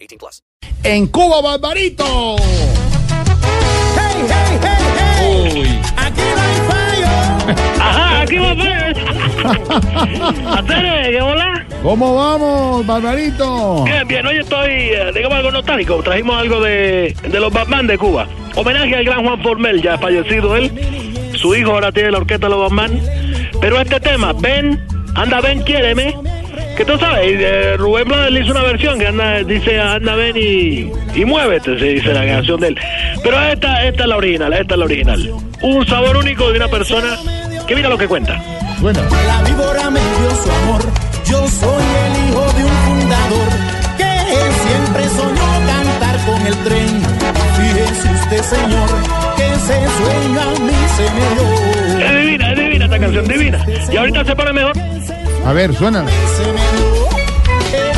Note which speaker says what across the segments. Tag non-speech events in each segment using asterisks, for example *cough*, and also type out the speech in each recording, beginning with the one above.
Speaker 1: 18 plus.
Speaker 2: En Cuba, Barbarito.
Speaker 3: ¡Hey, hey, hey, hey! ¡Aquí no hay fallo!
Speaker 4: Ajá, aquí va pues. *laughs* Hacer, ¿qué hola?
Speaker 2: ¿Cómo vamos, Barbarito?
Speaker 4: Bien, bien, hoy estoy, eh, digamos algo nostálgico. Trajimos algo de, de los Batman de Cuba. Homenaje al gran Juan Formel, ya fallecido él. Su hijo ahora tiene la orquesta de los Batman. Pero este tema, ven, anda, ven, quiéreme. Que tú sabes, y, eh, Rubén Blades le hizo una versión que anda, dice, anda, ven y, y muévete, se dice la canción de él. Pero esta, esta es la original, esta es la original. Un sabor único de una persona que mira lo que cuenta.
Speaker 2: Bueno,
Speaker 3: La víbora me dio su amor. Yo soy el hijo de un fundador que siempre soñó cantar con el tren. Fíjese usted, señor, que ese sueño a mí se me dio.
Speaker 4: Es divina, es divina esta canción, divina. Y ahorita se pone mejor. Eh,
Speaker 2: a ver, suena.
Speaker 3: Se me dio. Eh,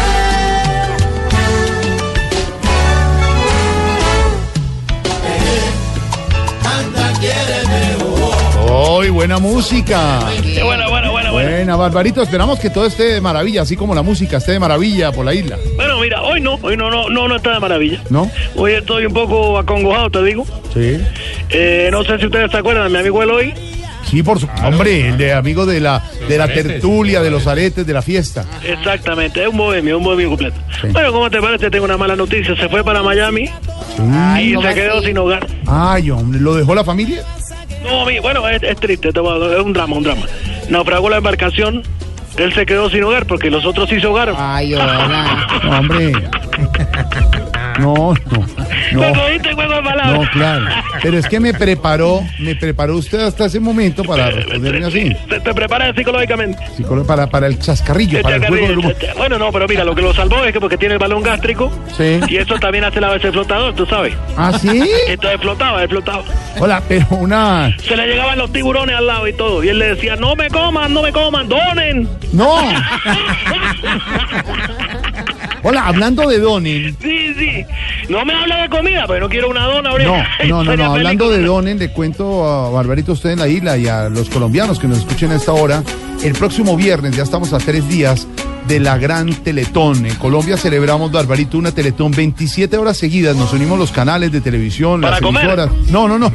Speaker 2: ¡Ay, buena música!
Speaker 4: Qué buena, buena, buena, buena.
Speaker 2: Buena, Barbarito. Esperamos que todo esté de maravilla, así como la música esté de maravilla por la isla.
Speaker 4: Bueno, mira, hoy no, hoy no, no, no, no está de maravilla.
Speaker 2: ¿No?
Speaker 4: Hoy estoy un poco acongojado, te digo.
Speaker 2: Sí.
Speaker 4: Eh, no sé si ustedes se acuerdan de mi amigo Eloy.
Speaker 2: Sí, por su Hombre, el de amigo de la, de la tertulia, de los aretes, de la fiesta.
Speaker 4: Exactamente, es un bohemio, un bohemio completo. Bueno, ¿cómo te parece? Tengo una mala noticia. Se fue para Miami y se quedó sin hogar.
Speaker 2: Ay, hombre, ¿lo dejó la familia?
Speaker 4: No, mi- bueno, es, es triste, te voy a- es un drama, un drama. Naufragó la embarcación, él se quedó sin hogar porque los otros sí se hogaron.
Speaker 2: Ah,
Speaker 5: Ay, hola.
Speaker 2: No, *laughs* hombre. No, no.
Speaker 4: ¿Me
Speaker 2: No.
Speaker 4: cogiste, juego de palabras?
Speaker 2: No, claro. Pero es que me preparó, me preparó usted hasta ese momento para responderme así.
Speaker 4: Te, te preparas psicológicamente.
Speaker 2: Psicólogo, Para, para el
Speaker 4: Este
Speaker 2: chascarrillo, para el juego del humor.
Speaker 4: Bueno, no, pero mira, lo que lo salvó es que porque tiene el balón gástrico
Speaker 2: Sí.
Speaker 4: y eso también hace la vez el flotador, tú sabes.
Speaker 2: ¿Ah, sí?
Speaker 4: Entonces flotaba, él flotaba.
Speaker 2: Hola, pero una.
Speaker 4: Se le llegaban los tiburones al lado y todo. Y él le decía, no me coman, no me coman, donen.
Speaker 2: ¡No! Hola, hablando de Donen.
Speaker 4: Sí, sí. No me habla de comida, porque no quiero una dona *laughs*
Speaker 2: No,
Speaker 4: ahorita.
Speaker 2: no, no,
Speaker 4: Sería
Speaker 2: no.
Speaker 4: feliz
Speaker 2: Hablando
Speaker 4: con
Speaker 2: de
Speaker 4: una-
Speaker 2: Donen, le cuento a Barbarito, usted en la isla y a los colombianos que nos escuchen a esta hora. El próximo viernes, ya estamos a tres días de la gran Teletón. En Colombia celebramos, Barbarito, una Teletón 27 horas seguidas. Nos unimos los canales de televisión,
Speaker 4: ¿Para
Speaker 2: las
Speaker 4: comer?
Speaker 2: emisoras. No, no, no.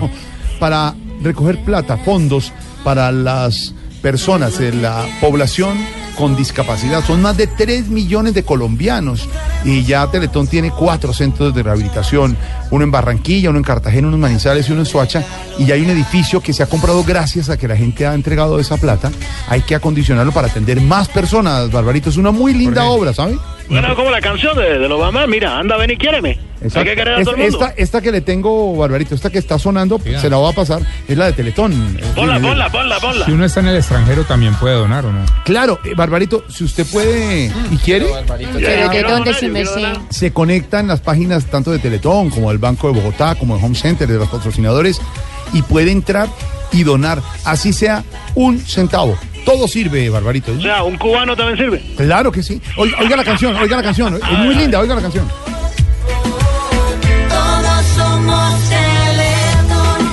Speaker 2: Para recoger plata, fondos para las personas, eh, la población con discapacidad. Son más de 3 millones de colombianos. Y ya Teletón tiene cuatro centros de rehabilitación. Uno en Barranquilla, uno en Cartagena, uno en Manizales y uno en Soacha. Y ya hay un edificio que se ha comprado gracias a que la gente ha entregado esa plata. Hay que acondicionarlo para atender más personas, Barbarito. Es una muy linda obra, ¿sabe?
Speaker 4: Bueno, como la canción de, de los mamás, mira, anda, ven y quiéreme. Hay
Speaker 2: Exacto.
Speaker 4: que querer a todo el
Speaker 2: Es-
Speaker 4: mundo.
Speaker 2: esta, esta que le tengo, Barbarito, esta que está sonando, se la va a pasar, es la de Teletón.
Speaker 4: Ponla, ponla, ponla, ponla.
Speaker 6: Si uno está en el extranjero también puede donar o no.
Speaker 2: Claro, eh, Barbarito, si usted puede y quiere,
Speaker 4: Yo
Speaker 5: Pero de
Speaker 4: quiero
Speaker 5: dónde
Speaker 4: donar,
Speaker 5: su
Speaker 4: yo quiero
Speaker 5: merced.
Speaker 4: donar.
Speaker 2: se conectan las páginas tanto de Teletón como del Banco de Bogotá, como de Home Center, de los patrocinadores, y puede entrar y donar, así sea un centavo. Todo sirve, Barbarito.
Speaker 4: O sea, un cubano también sirve.
Speaker 2: Claro que sí. Oiga, oiga la canción, oiga la canción. Es muy linda, oiga la canción.
Speaker 7: Todos somos Teletón.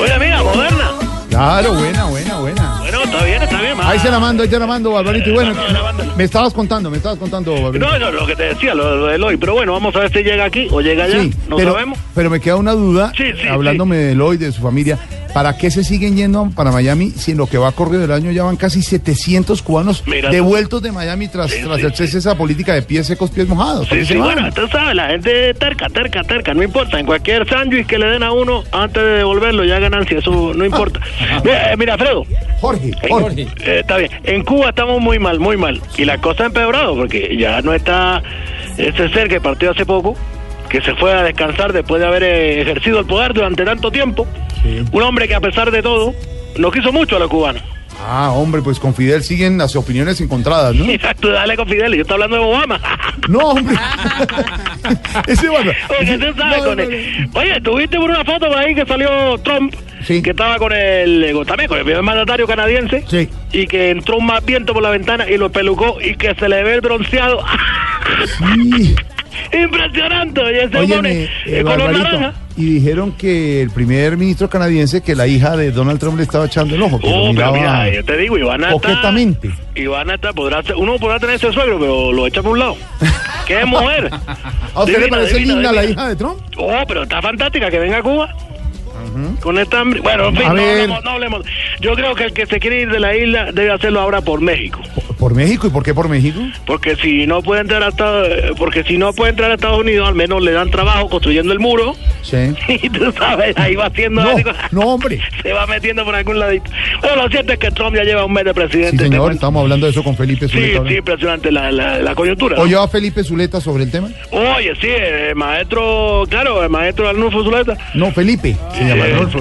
Speaker 4: Oye, mira, moderna.
Speaker 2: Claro, buena, buena, buena.
Speaker 4: Bueno, está bien, está bien. ma.
Speaker 2: Ahí se la mando, ahí se la mando, Barbarito. Y bueno,
Speaker 4: No, no, no, mándalo.
Speaker 2: me estabas contando, me estabas contando, Barbarito.
Speaker 4: No, no, lo que te decía, lo, lo de Eloy. Pero bueno, vamos a ver si llega aquí o llega allá.
Speaker 2: Sí,
Speaker 4: no
Speaker 2: pero,
Speaker 4: sabemos.
Speaker 2: pero me queda una duda,
Speaker 4: Sí, sí,
Speaker 2: hablándome de Lloyd, de su familia, ¿para qué se siguen yendo para Miami si en lo que va corrido el año ya van casi 700 cubanos
Speaker 4: Mira.
Speaker 2: devueltos de Miami tras,
Speaker 4: Sí,
Speaker 2: tras
Speaker 4: sí,
Speaker 2: hacerse esa política de pies secos, pies mojados? ¿Para
Speaker 4: Sí,
Speaker 2: qué
Speaker 4: sí,
Speaker 2: se van?
Speaker 4: bueno, tú sabes, la gente terca, terca, terca, no importa. En cualquier sándwich que le den a uno antes de devolverlo, ya ganancia, eso no importa. Mira, eh, mira, Fredo,
Speaker 2: Jorge, Ah, Jorge.
Speaker 4: eh, está bien. En Cuba estamos muy mal, muy mal. Y la cosa ha empeorado porque ya no está ese ser que partió hace poco, que se fue a descansar después de haber eh, ejercido el poder durante tanto tiempo. Un hombre que, a pesar de todo, no quiso mucho a los cubanos.
Speaker 2: Ah, hombre, pues con Fidel siguen las opiniones encontradas, ¿no?
Speaker 4: *laughs* Exacto, dale con Fidel. Yo estoy hablando de Obama. *laughs*
Speaker 2: No, hombre. *laughs* Ese bueno. *laughs*
Speaker 4: Porque tú sabes,
Speaker 2: No,
Speaker 4: con
Speaker 2: no, no.
Speaker 4: el- Oye, tuviste por una foto por ahí que salió Trump,
Speaker 2: Sí.
Speaker 4: que estaba con el, eh, con- también con el primer mandatario canadiense,
Speaker 2: Sí.
Speaker 4: y que entró un más viento por la ventana y lo pelucó y que se le ve el bronceado. *laughs*
Speaker 2: Sí.
Speaker 4: Impresionante. Y ese
Speaker 2: Óyeme,
Speaker 4: pone
Speaker 2: eh,
Speaker 4: color
Speaker 2: Barbarito,
Speaker 4: naranja.
Speaker 2: y dijeron que el primer ministro canadiense, que la hija de Donald Trump le estaba echando el ojo, que lo
Speaker 4: Oh, pero
Speaker 2: miraba
Speaker 4: mira, yo te digo, Ivana está-
Speaker 2: coquetamente.
Speaker 4: Ivana está, podrá ser- uno podrá tener ese suegro, pero lo echa por un
Speaker 2: *laughs*
Speaker 4: lado. ¡Qué mujer!
Speaker 2: ¿A usted le
Speaker 4: Divina,
Speaker 2: parece
Speaker 4: divina,
Speaker 2: linda la
Speaker 4: divina.
Speaker 2: hija de Trump?
Speaker 4: Oh, pero está fantástica que venga a Cuba. Con esta hambre. Bueno, en fin,
Speaker 2: A
Speaker 4: no
Speaker 2: ver.
Speaker 4: hablemos, no hablemos. Yo creo que el que se quiere ir de la isla debe hacerlo ahora por México.
Speaker 2: ¿Por, por México? ¿Y por qué por México?
Speaker 4: Porque si no puede entrar a Estados, porque si no puede entrar a Estados Unidos, al menos le dan trabajo construyendo el muro. *laughs*
Speaker 2: Sí.
Speaker 4: Y tú sabes, ahí va haciendo
Speaker 2: No,
Speaker 4: algo.
Speaker 2: no,
Speaker 4: *laughs*
Speaker 2: hombre.
Speaker 4: Se va metiendo por algún ladito. Bueno, lo cierto es que Trump ya lleva un mes de presidente.
Speaker 2: Sí,
Speaker 4: te
Speaker 2: señor,
Speaker 4: cuento.
Speaker 2: estamos hablando de eso con Felipe
Speaker 4: Sí,
Speaker 2: Zuleta. ahora.
Speaker 4: sí, impresionante la, la, la coyuntura. ¿no?
Speaker 2: ¿Oyó a Felipe Zuleta sobre el tema?
Speaker 4: Oye, sí, el maestro, claro, el maestro Arnulfo Zuleta.
Speaker 2: No, Felipe. Se llama
Speaker 4: Eh,
Speaker 2: Arnulfo.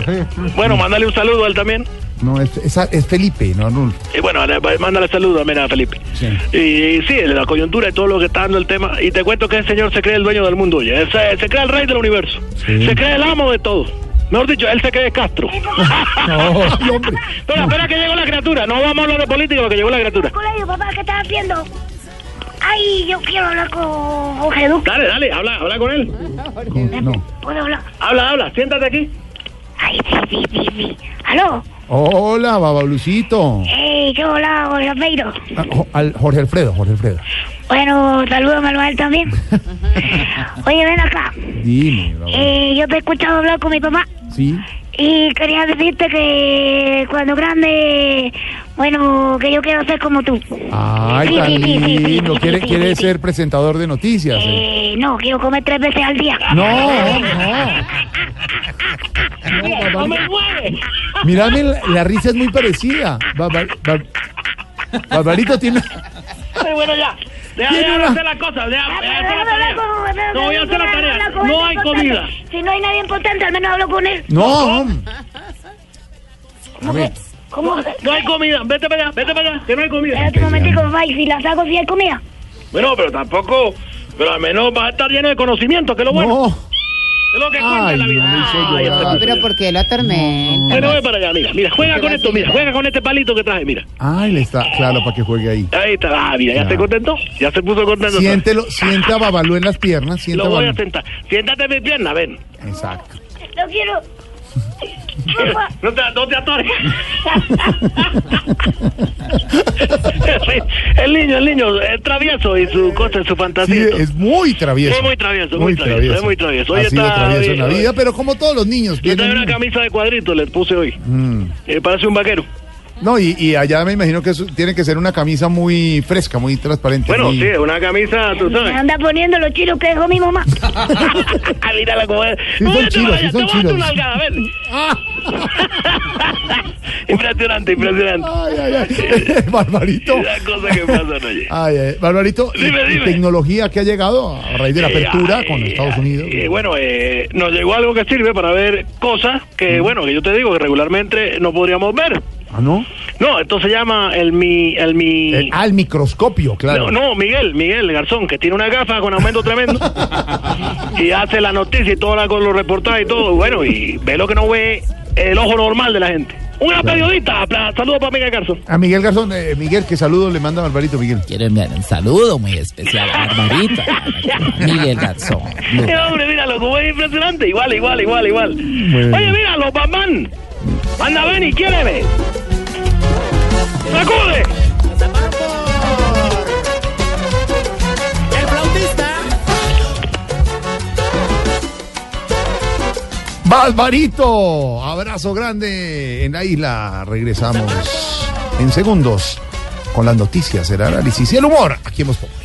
Speaker 4: Bueno, mándale un saludo a él también.
Speaker 2: No, es, es, es Felipe, no Arnulfo.
Speaker 4: *laughs* Y bueno, le- pues, mándale saludos también a Felipe.
Speaker 2: Sí.
Speaker 4: Y, y sí, la coyuntura y todo lo que está dando el tema. Y te cuento que ese señor se cree el dueño del mundo, oye. Él Se, se cree el rey del universo.
Speaker 2: Sí.
Speaker 4: Se cree el amo de todo. Mejor dicho, él se cree Castro.
Speaker 2: Ay, hombre.
Speaker 4: Espera, espera que llegó la criatura. No vamos a hablar de política porque llegó la criatura.
Speaker 5: Colegio, papá, ¿qué estás haciendo? Ay, yo quiero hablar con Jorge Duque.
Speaker 4: Dale, dale, habla, habla con él.
Speaker 2: No.
Speaker 5: ¿Puedo hablar?
Speaker 4: Habla, habla, siéntate aquí.
Speaker 5: Ay, sí, sí, sí, sí. ¿Aló?
Speaker 2: Hola, Babalucito.
Speaker 5: Hey, ¿qué hola, Jorge Alfeiro?
Speaker 2: Ah, jo- al- Jorge Alfredo, Jorge Alfredo.
Speaker 5: Bueno, salúdame a
Speaker 2: *laughs*
Speaker 5: él también. Oye, ven acá.
Speaker 2: Dime, Babalucito.
Speaker 5: Eh, yo te he escuchado hablar con mi papá
Speaker 2: Sí.
Speaker 5: y quería decirte que cuando grande, bueno, que yo quiero ser como tú.
Speaker 2: Ay,
Speaker 5: Sí,
Speaker 2: tan
Speaker 5: sí, sí, sí, sí,
Speaker 2: lindo.
Speaker 5: sí,
Speaker 2: Quiere,
Speaker 5: sí,
Speaker 2: quiere
Speaker 5: sí, sí.
Speaker 2: ser presentador de noticias. eh.
Speaker 5: Eh, no, quiero comer tres veces al día.
Speaker 2: No,
Speaker 5: *laughs*
Speaker 2: no.
Speaker 4: No me mueve.
Speaker 2: Mírame, la, la risa es muy parecida. Barbar- bar- Barbarito tiene.
Speaker 4: Ay, bueno, ya. Deja,
Speaker 2: Tiene
Speaker 4: deja de
Speaker 2: una-
Speaker 4: hacer las cosas. Deja,
Speaker 5: Ah,
Speaker 4: deja de
Speaker 5: pero
Speaker 4: hacer la
Speaker 5: déjame hablar
Speaker 4: tarea.
Speaker 5: con- déjame
Speaker 4: No voy a hacer la
Speaker 5: hablar con
Speaker 4: tarea.
Speaker 5: él, con
Speaker 4: No
Speaker 5: él,
Speaker 4: hay
Speaker 5: con él.
Speaker 4: comida.
Speaker 5: Si no hay nadie importante, al menos hablo con él.
Speaker 2: No, hombre. A ver.
Speaker 5: ¿Cómo?
Speaker 4: No hay comida. Vete para allá, vete para allá, que no hay comida.
Speaker 5: Espérate un momentico, papá, y si la saco, si hay comida.
Speaker 4: Bueno, pero tampoco. Pero al menos va a estar lleno de conocimiento, que es lo bueno.
Speaker 2: No.
Speaker 4: Es lo que cuenta
Speaker 2: Ay,
Speaker 4: en la vida.
Speaker 2: no me hizo
Speaker 4: Ay,
Speaker 2: llorar.
Speaker 4: este-
Speaker 8: Pero ¿por qué lo atormenta?
Speaker 4: Bueno, ve para allá, mira, mira, juega con esto, mira, juega con este palito que traje, mira.
Speaker 2: Ay, le está. Claro, para que juegue ahí.
Speaker 4: Ahí está, ah, mira, ya
Speaker 2: Ya.
Speaker 4: se contentó, ya se puso contento.
Speaker 2: Siéntelo, sienta a Babalú en las piernas. Sienta
Speaker 4: Lo voy a
Speaker 2: Babalú.
Speaker 4: sentar. Siéntate en mi pierna, ven.
Speaker 2: Exacto.
Speaker 5: No quiero. Papá,
Speaker 4: No te, no te
Speaker 2: *laughs*
Speaker 4: atores. Sí, el niño, el niño, es travieso y su cosa, y su
Speaker 2: Sí,
Speaker 4: fantasía.
Speaker 2: es muy travieso.
Speaker 4: Es muy travieso, muy travieso, es muy travieso. Hoy
Speaker 2: ha sido
Speaker 4: está-
Speaker 2: travieso en la
Speaker 4: hoy-
Speaker 2: vida, pero como todos los niños.
Speaker 4: Yo tengo
Speaker 2: tienen-
Speaker 4: una camisa de cuadrito, le puse hoy.
Speaker 2: Mm.
Speaker 4: Eh, parece un vaquero.
Speaker 2: No, y, y allá me imagino que eso tiene que ser una camisa muy fresca, muy transparente.
Speaker 4: Bueno,
Speaker 2: muy-
Speaker 4: sí, es una camisa, tú
Speaker 5: me
Speaker 4: sabes.
Speaker 5: anda poniendo los chinos que dejó mi mamá.
Speaker 4: *laughs* Mírala como es.
Speaker 2: Sí, son
Speaker 4: Vete
Speaker 2: chinos,
Speaker 4: para allá,
Speaker 2: sí, son
Speaker 4: toma tu
Speaker 2: chinos.
Speaker 4: nalgada, ven. *laughs* impresionante, impresionante.
Speaker 2: Ay, ay, ay. *laughs* Barbarito.
Speaker 4: La cosa que pasa, oye.
Speaker 2: Ay, ay. Barbarito, ¿y-
Speaker 4: Dime,
Speaker 2: y
Speaker 4: dime.
Speaker 2: tecnología que ha llegado a raíz de la apertura
Speaker 4: Eh,
Speaker 2: con
Speaker 4: eh,
Speaker 2: Estados Unidos.
Speaker 4: eh, bueno, eh, nos llegó algo que sirve para ver cosas que,
Speaker 2: Mm.
Speaker 4: bueno, que yo te digo que regularmente no podríamos ver.
Speaker 2: ah, ¿no?
Speaker 4: No, esto se llama el mi... El mi...
Speaker 2: Eh, al microscopio, claro.
Speaker 4: No, no, Miguel, Miguel Garzón, que tiene una gafa con aumento
Speaker 2: *laughs*
Speaker 4: tremendo y hace la noticia y todo la, con los reportajes y todo. Bueno, y ve lo que no ve el ojo normal de la gente. Una periodista, pla- saludos para Miguel Garzón.
Speaker 2: A Miguel Garzón, eh, Miguel, que saludo le manda Barbarito, Miguel.
Speaker 8: Quiero enviar un saludo muy especial a Barbarita, a Miguel Garzón.
Speaker 4: *laughs* Eh, hombre, mira, lo que es impresionante. Igual, igual, igual, igual. Oye, mira, los Batman. Anda, ven y quiéreme. ¡Sacude!
Speaker 3: El flautista.
Speaker 2: Barbarito, abrazo grande en la isla. Regresamos en segundos con las noticias, el análisis y el humor. Aquí hemos Populi.